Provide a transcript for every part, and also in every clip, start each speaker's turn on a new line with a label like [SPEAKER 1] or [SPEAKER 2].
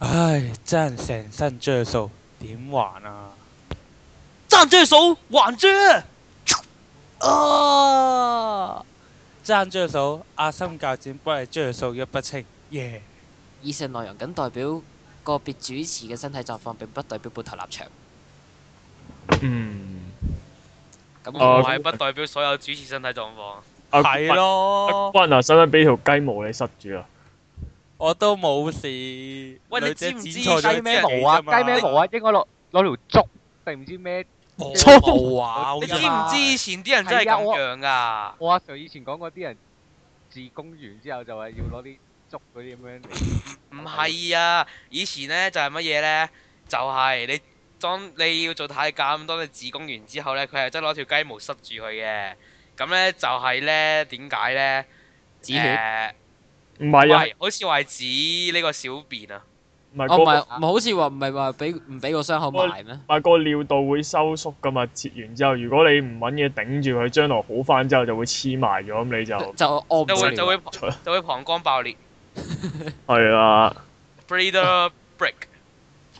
[SPEAKER 1] 唉，真係成身啫數，點還啊？
[SPEAKER 2] 爭張數還張
[SPEAKER 1] Ờ.
[SPEAKER 2] 啊！
[SPEAKER 1] 爭啫數，阿心教剪幫你啫數一不清，耶！
[SPEAKER 3] 以上內容僅代表個別主持嘅身體狀況，並不代表本台立場。
[SPEAKER 4] 嗯，
[SPEAKER 3] 咁
[SPEAKER 2] 唔
[SPEAKER 4] 啊
[SPEAKER 2] 係不代表所有主持身體狀況。
[SPEAKER 4] 阿
[SPEAKER 1] 係咯。
[SPEAKER 4] 君啊，使唔使俾條雞毛你塞住啊？
[SPEAKER 1] 我都冇事。
[SPEAKER 2] 喂你
[SPEAKER 1] 女仔
[SPEAKER 2] 知唔知
[SPEAKER 1] 剪錯咗
[SPEAKER 2] 雞
[SPEAKER 1] 隻
[SPEAKER 2] 咩
[SPEAKER 1] 耳
[SPEAKER 5] 毛啊，
[SPEAKER 1] 啫嘛
[SPEAKER 5] 雞咩毛啊，應該攞攞條竹定唔知咩？
[SPEAKER 1] 我
[SPEAKER 4] 粗
[SPEAKER 1] 冇啊！
[SPEAKER 2] 你知
[SPEAKER 1] 好似
[SPEAKER 2] 唔知以前啲人真係
[SPEAKER 5] 係啊
[SPEAKER 2] 咁
[SPEAKER 5] 我
[SPEAKER 2] 樣㗎？
[SPEAKER 5] 我阿 Sir 以前講過啲人自公完之後就係要攞啲竹嗰啲咁樣
[SPEAKER 2] 唔
[SPEAKER 5] 嚟。
[SPEAKER 2] 係啊，以前咧就係乜嘢咧？就係、你當你要做太監，當你自宮完之後咧，佢係真攞條雞毛塞住佢嘅。咁咧就係咧點解咧？
[SPEAKER 3] 止血，
[SPEAKER 2] 誒
[SPEAKER 4] 唔係啊，
[SPEAKER 2] 喂好似話係指呢個小便啊。
[SPEAKER 4] 唔係
[SPEAKER 3] 我唔係
[SPEAKER 4] 個
[SPEAKER 3] 唔係好似話唔係話俾唔俾個傷口埋咩？
[SPEAKER 4] 唔係個尿道會收縮噶嘛，切完之後，如果你唔揾嘢頂住佢，將來好翻之後就會黐埋咗，咁 你就
[SPEAKER 3] 就就我唔
[SPEAKER 2] 就會
[SPEAKER 3] 識
[SPEAKER 2] 就會就會膀胱爆裂
[SPEAKER 4] 係啦，
[SPEAKER 2] ，breather break。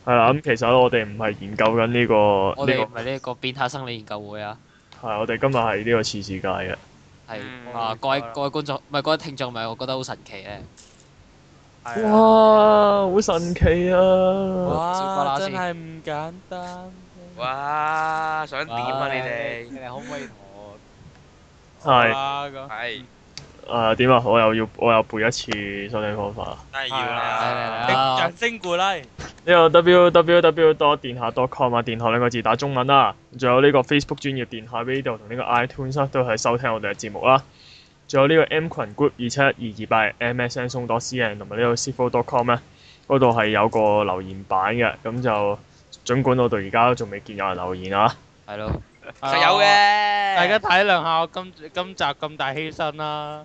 [SPEAKER 4] 係啦。咁其實我哋唔係研究緊呢個
[SPEAKER 3] 我
[SPEAKER 4] 呢
[SPEAKER 3] 哋唔
[SPEAKER 4] 個，
[SPEAKER 3] 係呢個變態生理研究會啊，
[SPEAKER 4] 係我哋今日係呢個次世界嘅。
[SPEAKER 3] 係
[SPEAKER 2] 嗯
[SPEAKER 3] 啊，
[SPEAKER 2] 冇錯
[SPEAKER 3] 各位
[SPEAKER 2] 啦
[SPEAKER 3] 各位觀眾唔係各位聽眾，咪我覺得好神奇咧。
[SPEAKER 1] 係啊
[SPEAKER 4] 哇！好神奇啊！
[SPEAKER 1] 哇！真係唔簡單。
[SPEAKER 2] 哇！想點啊你哋？
[SPEAKER 5] 你哋可唔可以同我？
[SPEAKER 4] 係
[SPEAKER 1] 哇咁
[SPEAKER 2] 係
[SPEAKER 4] 誒點啊？我又要我又背一次收聽方法啊。
[SPEAKER 6] 梗係
[SPEAKER 1] 係
[SPEAKER 6] 要
[SPEAKER 3] 啊
[SPEAKER 6] 啦。
[SPEAKER 2] Ờ.
[SPEAKER 3] 係啊
[SPEAKER 1] 掌聲鼓勵。
[SPEAKER 4] 呢個 www 多電下 .com 啊，電下兩個字打中文啦。仲有呢個 Facebook 專業電下 radio 同呢個 iTunes 啊都係收聽我哋嘅節目啦。仲有呢個 M 群 group 二七一二二八 MSN 松多 CN 同埋呢個 c f o .com 咧，嗰度係有個留言版嘅。咁就儘管我到而家都仲未見有人留言啊。
[SPEAKER 3] 係咯，
[SPEAKER 2] 實有嘅。。
[SPEAKER 1] 大家體諒下我今今集咁大犧牲啦。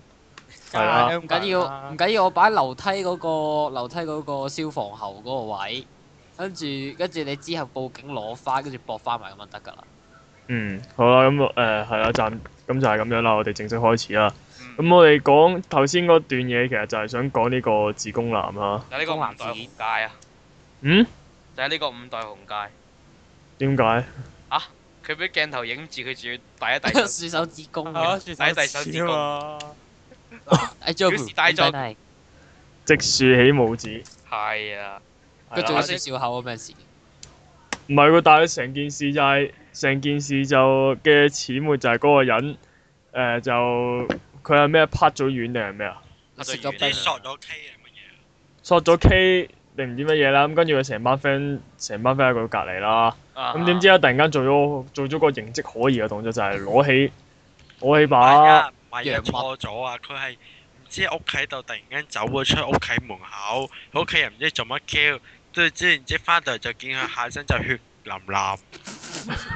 [SPEAKER 4] 係
[SPEAKER 1] 加
[SPEAKER 4] 啦
[SPEAKER 1] M
[SPEAKER 3] 唔緊要，唔緊要，我擺樓梯嗰個樓梯嗰個消防喉嗰個位，跟住跟住你之後報警攞翻，跟住駁翻埋咁就得㗎啦。
[SPEAKER 4] 嗯，好啦，咁誒係啦，暫咁就係咁樣啦，我哋正式開始啦。
[SPEAKER 2] 嗯
[SPEAKER 4] 咁我哋講頭先嗰段嘢，其實就係想講呢個子宮男啦。
[SPEAKER 2] 就係呢個五代紅界啊！
[SPEAKER 4] 嗯？
[SPEAKER 2] 就係呢個五代紅界，
[SPEAKER 4] 點解？
[SPEAKER 2] 佢俾鏡頭影住佢仲要 第一第一。
[SPEAKER 3] 樹手指公，
[SPEAKER 1] 啊！雪手
[SPEAKER 2] 第一手指
[SPEAKER 1] 指啊！
[SPEAKER 3] 哎 j o
[SPEAKER 2] 表示大作
[SPEAKER 3] 係
[SPEAKER 4] 直樹起拇指。
[SPEAKER 2] 係啊，
[SPEAKER 3] 佢
[SPEAKER 4] 係
[SPEAKER 3] 仲
[SPEAKER 4] 啦
[SPEAKER 3] 有少少口咁咩事？
[SPEAKER 4] 唔係喎，但係成件事就係、成件事就嘅始末就係嗰個人誒、呃就佢係咩拍咗丸定係咩啊？
[SPEAKER 3] 食
[SPEAKER 2] 就
[SPEAKER 3] 咗
[SPEAKER 2] 完
[SPEAKER 6] 你
[SPEAKER 3] 冰，
[SPEAKER 6] 索咗 K 係乜嘢？
[SPEAKER 4] 索咗 K 定唔知乜嘢啦，咁跟住佢成班 friend 成班 friend 喺佢隔離啦，咁
[SPEAKER 2] 咁
[SPEAKER 4] 點知啊咧突然間做咗做咗個形跡可疑嘅動作，就係、攞起攞
[SPEAKER 3] 哎
[SPEAKER 4] 起
[SPEAKER 6] 係
[SPEAKER 4] 把
[SPEAKER 6] 啊，唔係啊，
[SPEAKER 3] 藥物
[SPEAKER 6] 錯咗啊！佢係唔知喺屋企度突然間走咗出屋企門口，佢屋企人唔知做乜 Q，跟住之然之翻到嚟就見佢下身就血淋淋。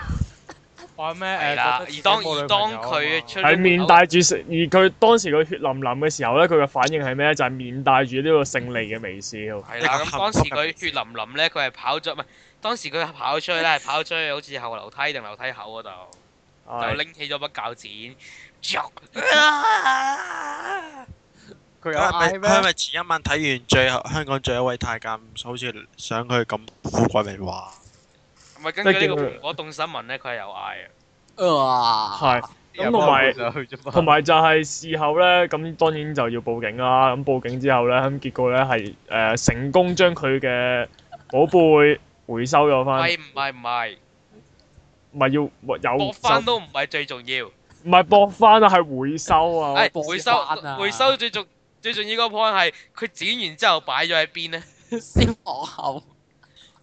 [SPEAKER 1] 話咩？
[SPEAKER 2] 係
[SPEAKER 1] 誒，
[SPEAKER 2] 啦。
[SPEAKER 1] 覺得自
[SPEAKER 2] 而
[SPEAKER 1] 己
[SPEAKER 2] 當
[SPEAKER 1] 冇
[SPEAKER 2] 而
[SPEAKER 1] 女
[SPEAKER 2] 當
[SPEAKER 1] 朋友啊
[SPEAKER 2] 佢
[SPEAKER 1] 嘛
[SPEAKER 2] 出
[SPEAKER 4] 係
[SPEAKER 2] 咗門
[SPEAKER 4] 面
[SPEAKER 2] 口
[SPEAKER 4] 帶住食，而佢當時佢血淋淋嘅時候咧，佢嘅反應係咩咧？就係、面帶住呢個勝利嘅微笑。
[SPEAKER 2] 係啦，咁當時佢血淋淋咧，佢係跑咗，唔係當時佢跑出去咧，係跑出去好似後樓梯定樓梯口嗰度，就
[SPEAKER 4] 係
[SPEAKER 2] 拎起咗把鉸剪，啊
[SPEAKER 5] 佢有
[SPEAKER 6] 佢係咪
[SPEAKER 5] 嗌
[SPEAKER 6] 佢係
[SPEAKER 5] 咩？
[SPEAKER 6] 咪前一晚睇完最後香港最後一位太監，好似想佢咁富貴榮華？
[SPEAKER 2] 唔係根據呢個蘋果動新聞咧，佢係有嗌嘅。啊
[SPEAKER 3] 哇！
[SPEAKER 4] 係咁同埋
[SPEAKER 5] 就去啫嘛
[SPEAKER 4] 同埋就係事後咧，咁當然就要報警啦。咁報警之後咧，咁結果咧係誒成功將佢嘅寶貝回收咗翻，
[SPEAKER 2] 係唔係唔係？
[SPEAKER 4] 唔係要有
[SPEAKER 2] 搏翻都唔係最重要，
[SPEAKER 4] 唔係駁翻啊，係回收啊。
[SPEAKER 2] 係
[SPEAKER 3] 搏
[SPEAKER 2] 回收
[SPEAKER 3] 返啊
[SPEAKER 2] 回收最重最重要個 point 係佢剪完之後擺咗喺邊咧？
[SPEAKER 3] 消防喉，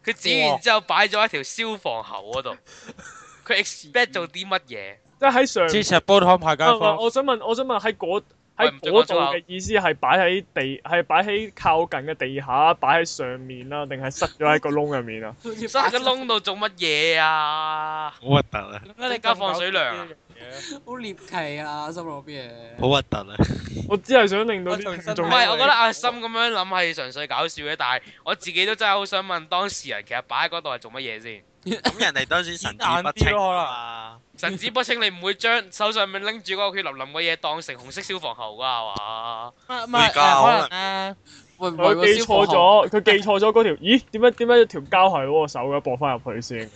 [SPEAKER 2] 佢剪完之後擺咗喺條消防喉嗰度，佢 expect 做啲乜嘢？
[SPEAKER 4] 即係喺上
[SPEAKER 1] 支持煲湯派街
[SPEAKER 4] 唔係
[SPEAKER 1] 坊。
[SPEAKER 4] 我想問，我想問喺嗰
[SPEAKER 2] 喂
[SPEAKER 4] 喺
[SPEAKER 2] 唔准講
[SPEAKER 4] 嗰度
[SPEAKER 2] 粗口
[SPEAKER 4] 嘅意思係擺喺地，係擺喺靠近嘅地下，擺喺上面啦，定係塞咗喺個窿入面啊？
[SPEAKER 2] 塞喺個窿度做乜嘢啊？
[SPEAKER 6] 好核突啊！
[SPEAKER 1] 點解你
[SPEAKER 2] 即刻放水涼啊
[SPEAKER 1] 咁搞笑嘅
[SPEAKER 3] 好獵奇啊！心諗邊嘢？
[SPEAKER 6] 好核突啊！
[SPEAKER 4] 我只係想令到
[SPEAKER 1] 我重新
[SPEAKER 4] 啲聽
[SPEAKER 2] 唔
[SPEAKER 4] 眾
[SPEAKER 1] 睇
[SPEAKER 2] 係，我覺得阿心咁樣諗係純粹搞笑嘅，但係我自己都真係好想問當事人其實擺喺嗰度係做乜嘢先？
[SPEAKER 6] 咁人哋當時神志
[SPEAKER 1] 眼
[SPEAKER 6] 不
[SPEAKER 1] 啲
[SPEAKER 6] 清
[SPEAKER 1] 咯
[SPEAKER 6] 啊！
[SPEAKER 2] 神志不清，你唔會將手上面拎住嗰個血淋淋嘅嘢當成紅色消防喉㗎係嘛？
[SPEAKER 1] 唔係唔
[SPEAKER 6] 會
[SPEAKER 1] 係
[SPEAKER 6] 㗎
[SPEAKER 1] 誒可能咧，
[SPEAKER 3] 喂唔係
[SPEAKER 4] 佢
[SPEAKER 3] 喎，
[SPEAKER 4] 記
[SPEAKER 3] 消
[SPEAKER 4] 錯
[SPEAKER 3] 防喉
[SPEAKER 4] 咗，佢記錯咗嗰條，咦？點解點解條膠係嗰個手嘅？播翻入去先。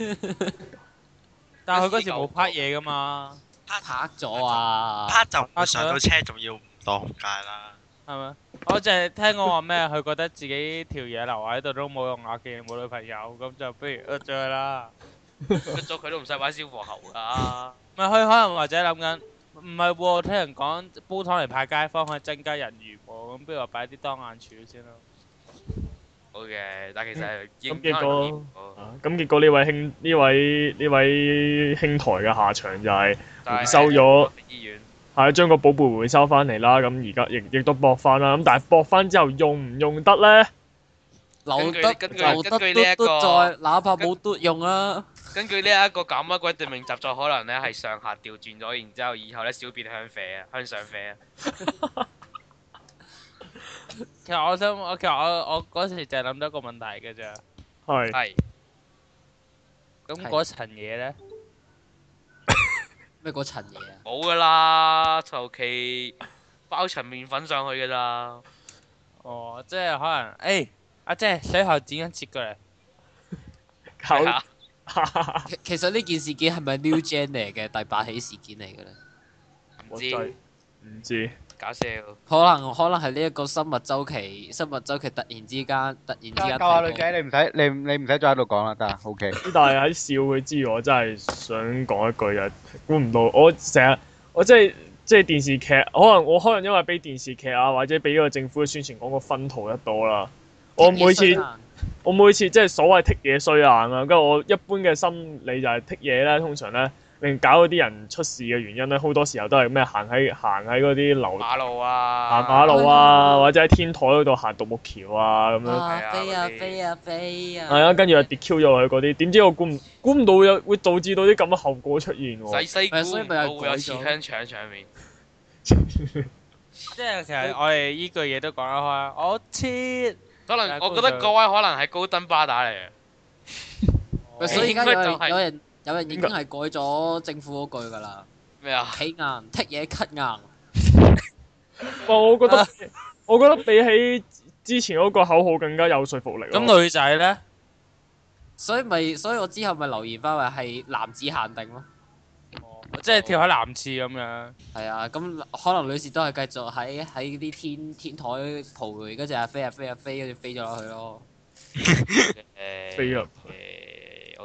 [SPEAKER 1] 但係佢嗰時冇拍嘢噶嘛，
[SPEAKER 3] 拍咗啊！
[SPEAKER 6] 啪就唔會上到車，仲要唔當街啦。
[SPEAKER 1] 係咪？我就係聽講話咩，佢覺得自己條嘢留喺度都冇用眼鏡，冇女朋友，咁就不如呃咗佢啦。
[SPEAKER 2] 出咗佢都唔使玩消防喉啦。
[SPEAKER 1] 唔係佢可能或者諗緊，唔係喎，聽人講煲湯嚟派街坊可以增加人緣喎，咁不如話擺啲當眼處先啦。
[SPEAKER 2] 好嘅，但其實係應
[SPEAKER 4] 咁
[SPEAKER 2] 該
[SPEAKER 4] 結果
[SPEAKER 2] 係唔好
[SPEAKER 4] 啊咁結果呢位兄呢位呢位兄台嘅下場就係
[SPEAKER 2] 但係
[SPEAKER 4] 收咗
[SPEAKER 2] 醫院。
[SPEAKER 4] 係將個寶貝回收翻嚟啦。咁而家亦亦都駁翻啦。咁但係駁翻之後用唔用得咧？
[SPEAKER 3] 留
[SPEAKER 2] 據
[SPEAKER 3] 得
[SPEAKER 2] 根據
[SPEAKER 3] 留得
[SPEAKER 2] 根據呢一
[SPEAKER 3] 嘟嘟
[SPEAKER 2] 個
[SPEAKER 3] 在，哪怕冇嘟用啊！
[SPEAKER 2] 根據呢一個搞乜鬼對命集作，可能咧係上下調轉咗，然之後以後咧小便向肥啊，向上肥啊。
[SPEAKER 1] 其實我想，我其實我我嗰時就係諗到一個問題嘅咋，
[SPEAKER 4] 係
[SPEAKER 2] 係
[SPEAKER 1] 咁
[SPEAKER 3] 係
[SPEAKER 1] 嗰層嘢咧，
[SPEAKER 3] 咩嗰層嘢啊？
[SPEAKER 2] 冇噶啦，求其包層麵粉上去噶咋。
[SPEAKER 1] 哦，即係可能，誒，阿姐水喉剪緊切過嚟。
[SPEAKER 4] 靠
[SPEAKER 2] 係啊
[SPEAKER 3] 其其實呢件事件係咪 New Gen 嚟嘅第八起事件嚟嘅咧？
[SPEAKER 2] 唔
[SPEAKER 4] 我
[SPEAKER 2] 知
[SPEAKER 4] 真係唔知。
[SPEAKER 2] 搞笑。
[SPEAKER 3] 可能可能係呢一個生物周期，生物周期突然之間，突然之間提
[SPEAKER 5] 教
[SPEAKER 3] 高
[SPEAKER 5] 下女仔，你唔使你唔你唔使再喺度講啦，得啊，OK。
[SPEAKER 4] 咁但係喺笑佢之餘，我真係想講一句啊！估唔到我成日我真係即係電視劇，可能我可能因為俾電視劇啊，或者俾個政府嘅宣傳廣告薰陶得多啦。我每次我每次即係所謂剔嘢衰硬啊，跟住我一般嘅心理就係剔嘢咧，通常咧令搞嗰啲人出事嘅原因咧，好多時候都係咩行喺行喺嗰啲樓
[SPEAKER 2] 馬路
[SPEAKER 4] 行
[SPEAKER 2] 啊，
[SPEAKER 4] 馬路啊，或者喺天台嗰度行獨木橋啊咁樣。
[SPEAKER 2] 係啊
[SPEAKER 3] 啊飛啊
[SPEAKER 2] 嗰啲
[SPEAKER 3] 飛啊飛啊！
[SPEAKER 4] 係啊，跟住又跌 Q 咗落去嗰啲，點知我估唔估唔到有會導致到啲咁嘅後果出現
[SPEAKER 2] 西
[SPEAKER 4] 喎。
[SPEAKER 2] 西
[SPEAKER 3] 咪所以
[SPEAKER 2] 估
[SPEAKER 3] 咪係
[SPEAKER 2] 唔到會有
[SPEAKER 3] 改
[SPEAKER 2] 切
[SPEAKER 3] 咗
[SPEAKER 2] 香腸場面。
[SPEAKER 1] 即係其實我哋呢句嘢都講得開啊，我切，
[SPEAKER 2] 可
[SPEAKER 1] 但
[SPEAKER 2] 能
[SPEAKER 1] 係
[SPEAKER 2] 我覺得
[SPEAKER 1] 高上
[SPEAKER 2] 嗰位可能係高登巴打嚟嘅。
[SPEAKER 3] 咪所以而
[SPEAKER 2] 應該
[SPEAKER 3] 家有
[SPEAKER 2] 就係
[SPEAKER 3] 人有人有人已經係改咗政府嗰句㗎啦，
[SPEAKER 2] 咩啊？
[SPEAKER 3] 企硬剔嘢咳硬。
[SPEAKER 4] 哇我覺得我覺得比起之前嗰個口號更加有說服力咯。
[SPEAKER 1] 咁女仔咧，
[SPEAKER 3] 所以咪，所以我之後咪留言翻話係男子限定咯。
[SPEAKER 1] 即係跳喺男廁咁樣，
[SPEAKER 3] 係啊，咁可能女士都係繼續喺喺啲天天台蒲會，跟住啊飛啊飛啊飛，跟住飛咗落去咯，
[SPEAKER 2] 誒
[SPEAKER 4] 飛入
[SPEAKER 2] 誒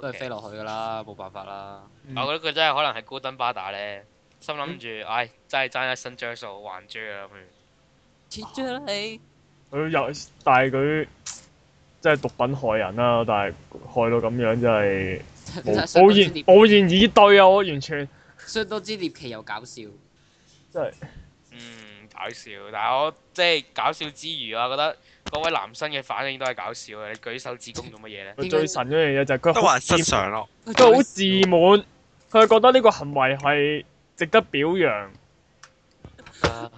[SPEAKER 3] 都係飛
[SPEAKER 2] ，OK。
[SPEAKER 3] 落去㗎啦，冇辦法啦。
[SPEAKER 2] 我覺得佢真係可能係高登巴打咧，心
[SPEAKER 3] 嗯
[SPEAKER 2] 諗住，唉，真係爭一身張數，還追啊咁樣。
[SPEAKER 3] 切咗啦你！
[SPEAKER 4] 佢又但係佢即係毒品害人啦，但係害到咁樣真係無
[SPEAKER 3] 真係相
[SPEAKER 4] 無言
[SPEAKER 3] 當之獵
[SPEAKER 4] 無言以對啊！我完全
[SPEAKER 3] 相當之獵奇又搞笑。
[SPEAKER 4] 真係
[SPEAKER 2] 嗯，搞笑，但係我即係搞笑之餘啊，我覺得嗰位男生嘅反應都係搞笑嘅。你舉手指公做乜嘢呢？
[SPEAKER 4] 佢最神嗰樣嘢就係佢
[SPEAKER 6] 都
[SPEAKER 4] 好
[SPEAKER 6] 話失常咯。
[SPEAKER 4] 佢好自滿，佢係覺得呢個行為係值得表揚。
[SPEAKER 6] 啊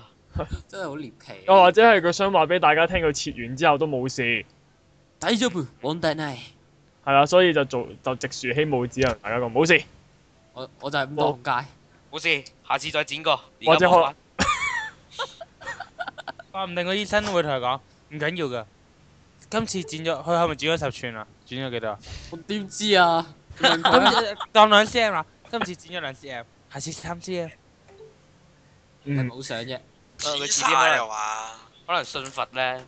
[SPEAKER 3] 真係好獵奇。
[SPEAKER 4] 哦又或者係佢想話俾大家聽，佢切完之後都冇事，
[SPEAKER 3] 抵咗部王大奶，
[SPEAKER 4] 係啦，所以就做就直樹希冇指人，大家講冇事，
[SPEAKER 3] 我我就係咁當街。
[SPEAKER 2] 冇事，下次再剪過。而家
[SPEAKER 4] 或者
[SPEAKER 2] 冇啊
[SPEAKER 1] 話唔定個醫生會同佢講唔緊要噶，今次剪咗，佢係咪剪咗十寸啊？剪咗幾多啊？
[SPEAKER 3] 我點知啊？問佢
[SPEAKER 1] 今
[SPEAKER 3] 啊
[SPEAKER 1] 次當兩 cm 啦，今次剪咗兩 cm，下次三 cm。
[SPEAKER 3] 你
[SPEAKER 4] 嗯，
[SPEAKER 3] 冇相啫。
[SPEAKER 2] 呃佢遲啲
[SPEAKER 6] 黐
[SPEAKER 2] 可
[SPEAKER 6] 晒
[SPEAKER 2] 能
[SPEAKER 6] 又話，
[SPEAKER 2] 可能信佛呢，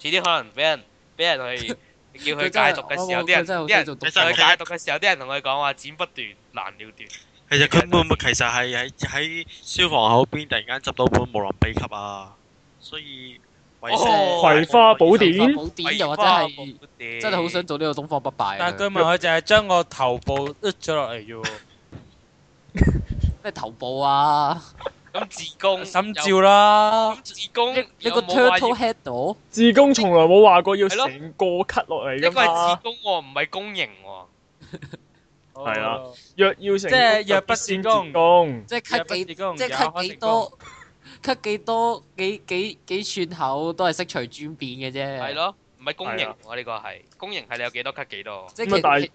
[SPEAKER 2] 遲啲可能俾人俾人去叫佢
[SPEAKER 3] 佢真係
[SPEAKER 2] 戒毒嘅時候，
[SPEAKER 3] 我
[SPEAKER 2] 啲
[SPEAKER 3] 佢
[SPEAKER 2] 人
[SPEAKER 3] 真係好
[SPEAKER 2] 啲
[SPEAKER 3] 想
[SPEAKER 2] 人
[SPEAKER 3] 做
[SPEAKER 6] 你
[SPEAKER 3] 毒
[SPEAKER 2] 佢
[SPEAKER 6] 真係
[SPEAKER 3] 手。
[SPEAKER 2] 戒毒嘅時候，啲人同佢講話剪不斷，難了斷。
[SPEAKER 6] 其實佢會唔會其實係喺喺消防口邊突然間執到本無能秘笈啊？所以為
[SPEAKER 3] 哦
[SPEAKER 4] 葵花寶典
[SPEAKER 3] 法寶典又或者
[SPEAKER 2] 哎
[SPEAKER 3] 係
[SPEAKER 2] 係
[SPEAKER 3] 真係好想做呢個東方不敗啊。
[SPEAKER 1] 但係據聞佢就係將個頭部擸咗落嚟啫喎，
[SPEAKER 3] 咩頭部啊？
[SPEAKER 2] 咁自宮
[SPEAKER 1] 心
[SPEAKER 2] 有
[SPEAKER 1] 照啦
[SPEAKER 2] 咁。自宮
[SPEAKER 3] 呢
[SPEAKER 2] 有
[SPEAKER 3] 個
[SPEAKER 2] 冇話
[SPEAKER 3] turtle
[SPEAKER 2] 要？
[SPEAKER 3] head 度，
[SPEAKER 4] 志工從來冇話過要
[SPEAKER 2] 係咯
[SPEAKER 4] 成個 cut 落嚟噶
[SPEAKER 2] 呢個係
[SPEAKER 3] 啊
[SPEAKER 4] 嘛，
[SPEAKER 2] 自宮喎，唔係公營喎。
[SPEAKER 4] 係啊，若要成
[SPEAKER 1] 即係若不
[SPEAKER 4] 必
[SPEAKER 1] 自
[SPEAKER 4] 先
[SPEAKER 1] 攻
[SPEAKER 4] 自攻，
[SPEAKER 3] 即係咳幾，
[SPEAKER 1] 即係
[SPEAKER 3] 即係咳幾多，咳幾多幾幾幾寸口都係悉隨尊便嘅啫。
[SPEAKER 2] 係，咯，唔係公
[SPEAKER 4] 係
[SPEAKER 2] 營
[SPEAKER 4] 啊
[SPEAKER 2] 喎，呢個係公營係你有幾多級幾多？
[SPEAKER 3] 即
[SPEAKER 4] 咁啊但
[SPEAKER 3] 係
[SPEAKER 4] 係
[SPEAKER 3] 其